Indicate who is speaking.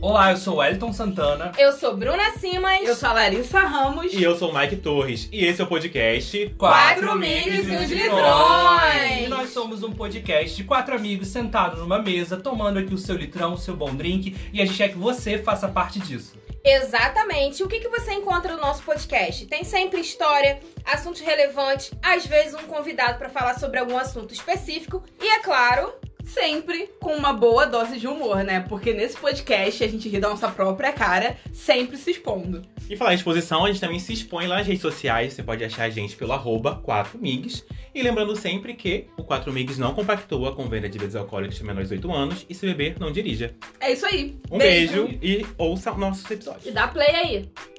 Speaker 1: Olá, eu sou o Elton Santana.
Speaker 2: Eu sou Bruna Simas.
Speaker 3: Eu sou a Larissa Ramos.
Speaker 4: E eu sou o Mike Torres. E esse é o podcast.
Speaker 2: Quatro Amigos e uns Litrões.
Speaker 1: E nós somos um podcast de quatro amigos sentados numa mesa, tomando aqui o seu litrão, o seu bom drink. E a gente quer que você faça parte disso.
Speaker 2: Exatamente. O que, que você encontra no nosso podcast? Tem sempre história, assuntos relevantes, às vezes um convidado para falar sobre algum assunto específico. E é claro,
Speaker 3: Sempre com uma boa dose de humor, né? Porque nesse podcast a gente ri da nossa própria cara, sempre se expondo.
Speaker 4: E falar em exposição, a gente também se expõe lá nas redes sociais. Você pode achar a gente pelo arroba 4migs. E lembrando sempre que o 4migs não compactua com venda de bebidas alcoólicas para menores de 8 anos. E se beber, não dirija.
Speaker 3: É isso aí.
Speaker 4: Um beijo, e ouça nossos episódios.
Speaker 2: dá play aí.